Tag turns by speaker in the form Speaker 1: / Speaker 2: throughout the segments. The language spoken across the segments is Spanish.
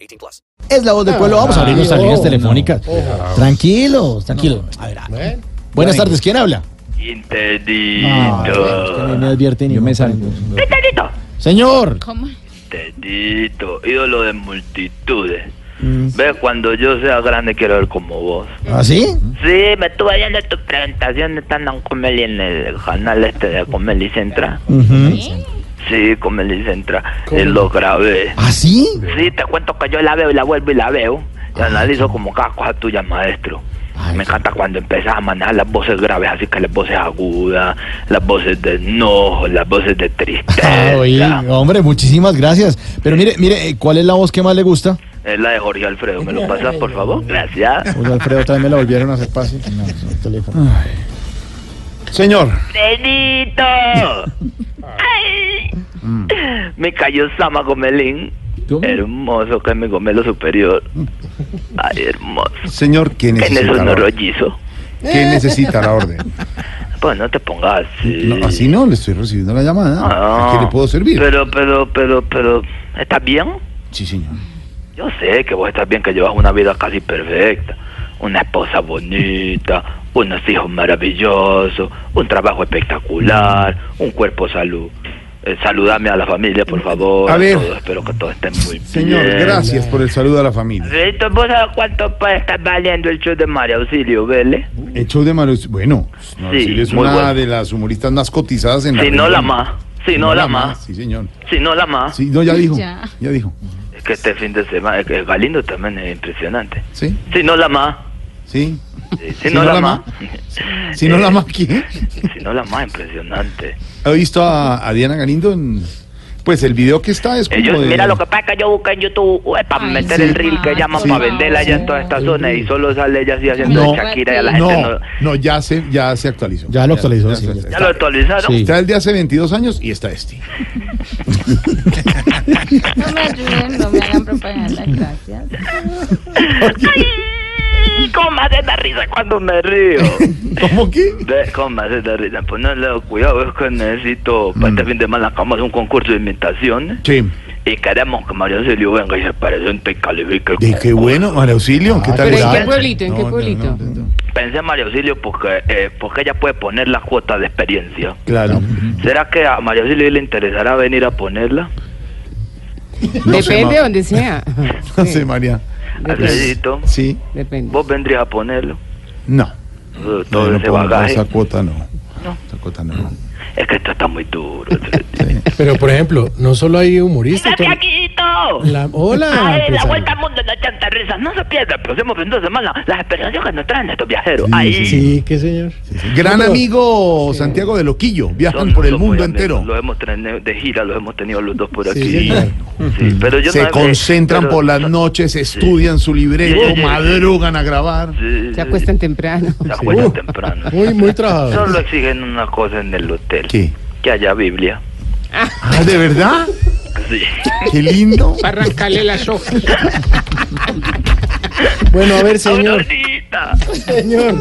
Speaker 1: 18 plus.
Speaker 2: Es la voz del pueblo. Vamos a abrir nuestras
Speaker 3: Ay,
Speaker 2: líneas
Speaker 3: ojo,
Speaker 2: telefónicas.
Speaker 3: no, ojo.
Speaker 2: Tranquilos, tranquilos. A ver, a-
Speaker 3: Bueno,
Speaker 2: buenas tardes, ¿quién habla?
Speaker 4: Quintedito,
Speaker 2: me advierte Yo me salgo.
Speaker 4: Quintedito,
Speaker 2: Señor.
Speaker 4: Quintedito, ídolo de multitudes.
Speaker 2: Mm,
Speaker 4: Ve, cuando yo sea grande quiero ver como vos.
Speaker 2: ¿Ah, sí?
Speaker 4: Sí, me estuve viendo tu presentación de Tandan Comeli en el canal este de Comeli Central.
Speaker 3: ¿Ah,
Speaker 4: Sí, Comeli Central. Y lo grabé.
Speaker 2: ¿Ah, sí?
Speaker 4: Sí, te cuento que yo la veo y la vuelvo y la veo. Y analizo como cada cosa tuya, maestro.
Speaker 2: Ay,
Speaker 4: Me
Speaker 2: qué-
Speaker 4: encanta cuando empiezas a manejar las voces graves, así que las voces agudas, las voces de enojo, las voces de
Speaker 2: Ah,
Speaker 4: tristeza.
Speaker 2: oye, hombre, muchísimas gracias. Pero mire, mire, eh, ¿cuál es la voz que más le gusta?
Speaker 4: Es la de Jorge Alfredo. ¿Me lo pasas, por favor? Gracias.
Speaker 3: Oye, Pues, Alfredo, otra vez me la volvieron a hacer fácil. Señor.
Speaker 4: ¡Benito! Ay. Me cayó Sama Gomelín. Hermoso que es mi gomelo superior. Ay, hermoso.
Speaker 3: Señor, ¿qué
Speaker 4: En eso
Speaker 3: necesita?
Speaker 4: no
Speaker 3: La orden?
Speaker 4: rollizo.
Speaker 3: ¿Qué necesita la orden?
Speaker 4: Pues no te pongas así. Ah,
Speaker 3: No, así no, le estoy recibiendo la llamada. ¿A qué le puedo servir?
Speaker 4: Pero, pero, pero, pero, ¿estás bien?
Speaker 3: Sí, señor.
Speaker 4: Yo sé que vos estás bien, que llevas una vida casi perfecta. Una esposa bonita, unos hijos maravillosos, un trabajo espectacular, un cuerpo salud. Eh, saludame a la familia, por favor.
Speaker 3: A ver.
Speaker 4: todos, espero que todos estén muy
Speaker 3: Señor,
Speaker 4: bien.
Speaker 3: gracias por el saludo a la familia.
Speaker 4: Alfredito, ¿vos sabés cuánto puede estar valiendo el show de María Auxilio, Vélez?
Speaker 3: El show de Mario... Bueno, no,
Speaker 4: Sí,
Speaker 3: sí, es
Speaker 4: muy
Speaker 3: una
Speaker 4: bueno.
Speaker 3: de las humoristas más cotizadas en la
Speaker 4: Si no
Speaker 3: región.
Speaker 4: la más, si no la más,
Speaker 3: Sí, señor.
Speaker 4: si no la más.
Speaker 3: Sí, no, ya dijo.
Speaker 5: Ya.
Speaker 3: Ya dijo.
Speaker 4: Es que este fin de semana, es que Galindo también es impresionante.
Speaker 3: Sí,
Speaker 4: Si no la más,
Speaker 3: sí.
Speaker 4: si, si no, la más.
Speaker 3: Si no
Speaker 4: Eh,
Speaker 3: la más, ¿qué?
Speaker 4: Si no la más impresionante.
Speaker 3: ¿Ha visto a, a Diana Galindo en... Pues el video que está es como
Speaker 4: Ellos,
Speaker 3: de-
Speaker 4: Eh, mira, lo que pasa es que yo busqué en YouTube eh, para
Speaker 5: Ay,
Speaker 4: meter
Speaker 3: sí. Ah,
Speaker 4: el reel que llaman
Speaker 3: Sí.
Speaker 4: para venderla allá en todas estas zonas y solo sale ella así haciendo
Speaker 3: No.
Speaker 4: de Shakira y a la
Speaker 3: No,
Speaker 4: gente no.
Speaker 3: no, ya se, ya se actualizó.
Speaker 2: Ya lo actualizó, sí,
Speaker 3: se-
Speaker 2: ya
Speaker 4: ¿Ya lo actualizaron?
Speaker 2: Sí.
Speaker 3: Está el de hace 22 años y está este.
Speaker 5: No me ayuden, no me hagan propaganda, gracias.
Speaker 4: ¡Ay! ¿Cómo me hace la risa cuando me río?
Speaker 3: ¿Cómo que?
Speaker 4: Ve, ¿Cómo me hace la risa? Pues no, Leo, cuidado, es que necesito para este fin de semana acabamos de un concurso de imitaciones
Speaker 3: Sí.
Speaker 4: y queremos que María Celio venga y se presente y califique. el
Speaker 3: De qué bueno, María Auxilio. ¿Qué tal?
Speaker 6: Ah, ¿Pero en
Speaker 3: está?
Speaker 6: qué pueblito? ¿En
Speaker 3: No,
Speaker 6: qué
Speaker 3: no,
Speaker 6: pueblito?
Speaker 3: no, no, no.
Speaker 4: Pensé en María Auxilio porque, eh, porque ella puede poner la cuota de experiencia.
Speaker 3: Claro.
Speaker 4: ¿Será que a María Auxilio le interesará venir a ponerla?
Speaker 3: No sé,
Speaker 6: Depende
Speaker 3: ma-
Speaker 6: de donde sea.
Speaker 3: No sé, María.
Speaker 4: Alfredito,
Speaker 3: Sí.
Speaker 6: Depende.
Speaker 4: ¿vos vendrías a ponerlo?
Speaker 3: No.
Speaker 4: Uh,
Speaker 3: No,
Speaker 4: Todo
Speaker 3: yo no
Speaker 4: ese
Speaker 3: puedo entrar a
Speaker 4: bagaje.
Speaker 3: Esa cuota no.
Speaker 4: No.
Speaker 3: Esa cuota no.
Speaker 4: Es que esto está muy duro. Alfredito.
Speaker 7: Pero, por ejemplo, no solo hay humoristas.
Speaker 4: ¡Ese
Speaker 7: todo-
Speaker 4: flaquito!
Speaker 7: La- hola,
Speaker 4: Ay, Ah, la
Speaker 7: empresario.
Speaker 4: vuelta al mundo en 80 risas. No se pierda el próximo fin de semana las experiencias que nos traen estos viajeros. Ahí.
Speaker 7: Sí, qué señor.
Speaker 3: Gran amigo Santiago de Loquillo. Viajan
Speaker 4: Son-
Speaker 3: por el
Speaker 4: son muy
Speaker 3: mundo
Speaker 4: amigos,
Speaker 3: entero.
Speaker 4: Los hemos tenido de gira, los hemos tenido los dos por
Speaker 7: Sí,
Speaker 4: aquí.
Speaker 7: señor.
Speaker 4: Sí, pero yo
Speaker 3: Se
Speaker 4: no-
Speaker 3: concentran
Speaker 4: pero-
Speaker 3: por las noches, estudian su
Speaker 4: Sí, sí,
Speaker 3: libreto,
Speaker 4: sí.
Speaker 3: madrugan a grabar.
Speaker 4: Sí,
Speaker 6: Se acuestan temprano.
Speaker 4: Se acuestan
Speaker 7: Uh.
Speaker 4: temprano.
Speaker 7: Muy, muy trabajador.
Speaker 4: Solo exigen una cosa en el hotel.
Speaker 3: ¿Qué?
Speaker 4: Que haya Biblia.
Speaker 3: Ah, ¿de verdad?
Speaker 4: Sí.
Speaker 3: Qué lindo.
Speaker 6: Para arrancarle las hojas.
Speaker 7: Bueno, a ver, señor.
Speaker 4: Aurorita.
Speaker 7: Señor.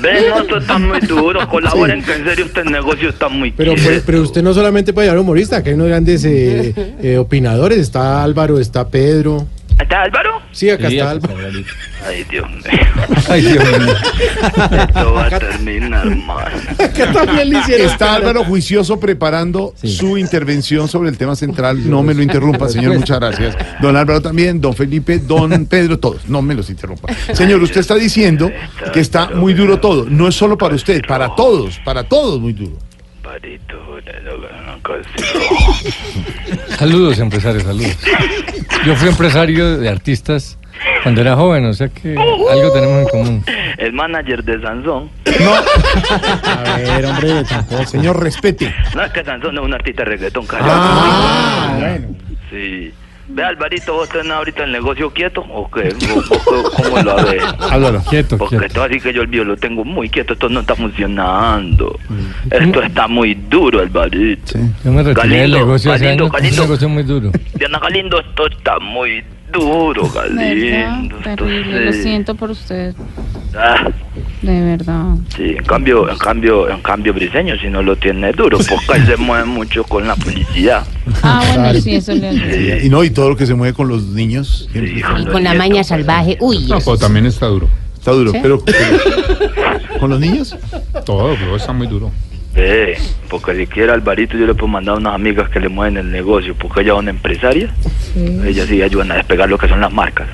Speaker 4: Ven, no, esto está muy duro. Colaboren, que en serio este negocio está muy
Speaker 7: Pero, pues,
Speaker 4: quieto.
Speaker 7: pero, pero usted no solamente puede llevar humorista, que hay unos grandes eh, eh, opinadores. Está Álvaro, está Pedro.
Speaker 4: ¿Está Álvaro?
Speaker 7: Sí, acá está Álvaro.
Speaker 4: Ay, Dios mío.
Speaker 3: Ay, Dios mío.
Speaker 4: Esto va a terminar mal.
Speaker 7: Acá también le hicieron.
Speaker 3: Está Álvaro Juicioso preparando su intervención sobre el tema central. No me lo interrumpa, señor. Muchas gracias. Don Álvaro también, don Felipe, don Pedro, todos. No me los interrumpa. Señor, usted está diciendo que está muy duro todo. No es solo para usted, para todos, para todos muy duro.
Speaker 4: Parito, no, no, no,
Speaker 8: Saludos, empresarios, saludos. Yo fui empresario de artistas cuando era joven, o sea que algo tenemos en común.
Speaker 4: El manager de Sansón.
Speaker 2: A ver, hombre, tampoco.
Speaker 3: Señor, respete.
Speaker 7: Ah.
Speaker 4: No es que Sansón es un artista de reggaetón, carajo.
Speaker 3: Ah, bueno.
Speaker 4: Sí. Ve, Alvarito, ¿vos tenés ahorita el negocio quieto o qué? ¿Vos- vos ¿Cómo lo ves?
Speaker 3: Álvaro.
Speaker 8: Quieto,
Speaker 4: Porque
Speaker 8: quieto.
Speaker 4: esto así que yo el mío lo tengo muy quieto, esto no está funcionando. Esto está muy duro, Alvarito.
Speaker 8: Yo me retiré del
Speaker 4: Galindo,
Speaker 8: negocio hace
Speaker 4: Galindo,
Speaker 8: años. Es
Speaker 4: Galindo.
Speaker 8: un negocio muy duro.
Speaker 4: Diana Galindo, esto está muy duro,
Speaker 5: ¿Verdad?
Speaker 4: Galindo. esto
Speaker 5: Terrible, lo
Speaker 4: sí.
Speaker 5: siento por usted,
Speaker 4: Ah,
Speaker 5: de verdad.
Speaker 4: sí, en cambio, en cambio, en cambio Briseño si no lo tiene duro, porque él se mueve mucho con la publicidad.
Speaker 5: Ah, bueno, sí, eso le olvidé.
Speaker 3: Y no, y todo lo que se mueve con los niños.
Speaker 4: Sí,
Speaker 3: siempre
Speaker 4: con
Speaker 6: Y
Speaker 4: los
Speaker 6: con la
Speaker 4: nietos,
Speaker 6: maña salvaje. Uy,
Speaker 9: No, pero también está duro.
Speaker 3: Está duro, pero, pero- ¿Con los niños?
Speaker 9: Todo, pero está muy duro.
Speaker 4: Sí, porque si quiere Alvarito yo le puedo mandar a unas amigas que le mueven el negocio, porque ellas son empresarias, ellas sí ayudan a despegar lo que son las marcas.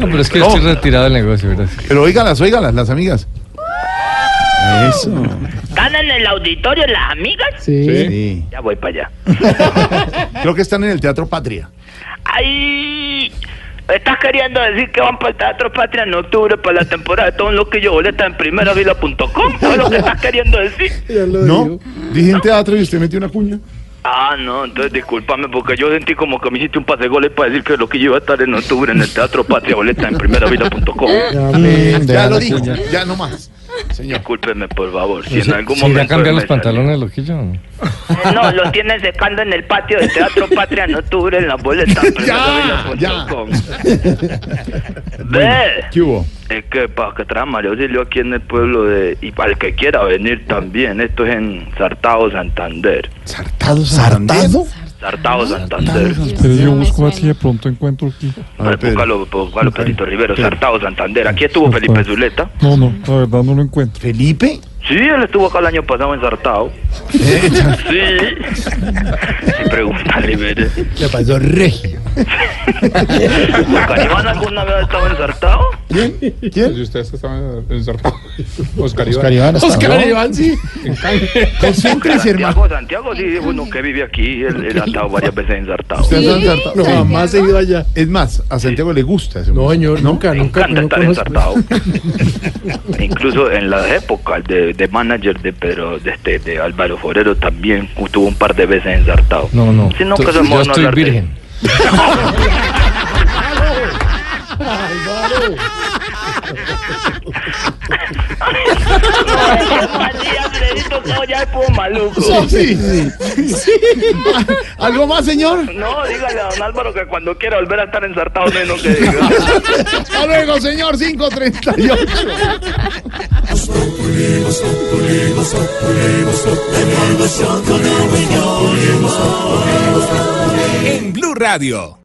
Speaker 8: No, pero es que yo estoy retirado del negocio, gracias.
Speaker 3: Pero óigalas, óigalas, las amigas. Eso.
Speaker 4: ¿Están en el auditorio las amigas?
Speaker 6: sí.
Speaker 3: Sí.
Speaker 4: Ya voy para allá.
Speaker 3: Creo que están en el Teatro Patria.
Speaker 4: ¡Ay! ¿Estás queriendo decir que van para el Teatro Patria en octubre para la temporada de todo lo que yo boleta en primeravila.com? ¿Sabes lo que estás queriendo decir?
Speaker 3: ¿No? Dije en teatro y usted metió una cuña.
Speaker 4: Ah, no, entonces discúlpame porque yo sentí como que me hiciste un pase de goles para decir que lo que yo iba a estar en octubre en el Teatro Patria boleta en primeravila.com.
Speaker 7: Eh,
Speaker 3: Ya
Speaker 2: Ya
Speaker 3: lo
Speaker 2: la
Speaker 3: dijo,
Speaker 8: cuña.
Speaker 3: ya no más. Señor.
Speaker 4: Discúlpeme, por favor, si
Speaker 8: ¿Se,
Speaker 4: en algún
Speaker 8: se irá a
Speaker 4: momento...
Speaker 8: cambiar
Speaker 4: me
Speaker 8: los
Speaker 4: salió-
Speaker 8: pantalones, loquillo? o no?
Speaker 4: Eh, No, lo tienes secando en el patio del Teatro Patria en octubre en la boleta en primeravila.com. Ve.
Speaker 3: ¿Qué hubo?
Speaker 4: Es que para que traiga María Auxilio aquí en el pueblo de... Y para el que quiera venir también, esto es en Sartao, Santander.
Speaker 3: ¿Sartado? ¿Sartado?
Speaker 8: Ah,
Speaker 4: Sartao, Santander. Pues,
Speaker 5: Pero yo busco así
Speaker 9: pronto encuentro aquí.
Speaker 3: A ver, Pedro.
Speaker 4: Búscalo, búscalo, Pedrito Rivero, Sartao, Santander. Aquí estuvo Felipe Zuleta.
Speaker 9: No, no, la verdad no lo encuentro.
Speaker 3: ¿Felipe?
Speaker 4: Sí, él estuvo acá el año pasado en Sartao. Sí. Pregúntale, veré.
Speaker 7: Le pasó regio.
Speaker 4: ¿Caribán alguna vez ha estado en Sartao?
Speaker 9: ¿Quién? Y ustedes que estaban en Zarpa. Oscar
Speaker 3: Pues
Speaker 9: Iván.
Speaker 2: Oscar Iván está, ¿no?
Speaker 7: Oscar Iván, sí.
Speaker 3: Concéntrese, hermano.
Speaker 4: Santiago, Santiago, sí, uno que vive aquí, él, él ha estado varias veces en Sartao.
Speaker 3: Usted está en Sartado.
Speaker 7: No,
Speaker 3: Sí.
Speaker 7: jamás he ido allá.
Speaker 3: Es más, a Santiago le gusta ese
Speaker 7: No,
Speaker 3: mundo.
Speaker 7: señor, nunca,
Speaker 4: Me
Speaker 7: nunca.
Speaker 4: encanta
Speaker 7: no
Speaker 4: estar
Speaker 7: conozco.
Speaker 4: ensartado. Incluso en las épocas de, de manager de Pedro, de este, de Álvaro Forero también estuvo un par de veces ensartado.
Speaker 8: No, no.
Speaker 4: Si no,
Speaker 8: Tú-
Speaker 4: que
Speaker 3: pues,
Speaker 4: somos
Speaker 8: yo
Speaker 4: no
Speaker 8: estoy
Speaker 4: hablar de-
Speaker 8: virgen.
Speaker 3: Sí, sí, ¿Algo más, señor?
Speaker 4: No, dígale a don Álvaro que cuando quiera volver a estar ensartado menos que diga.
Speaker 3: Hasta luego, señor. 538.
Speaker 1: En Blue Radio.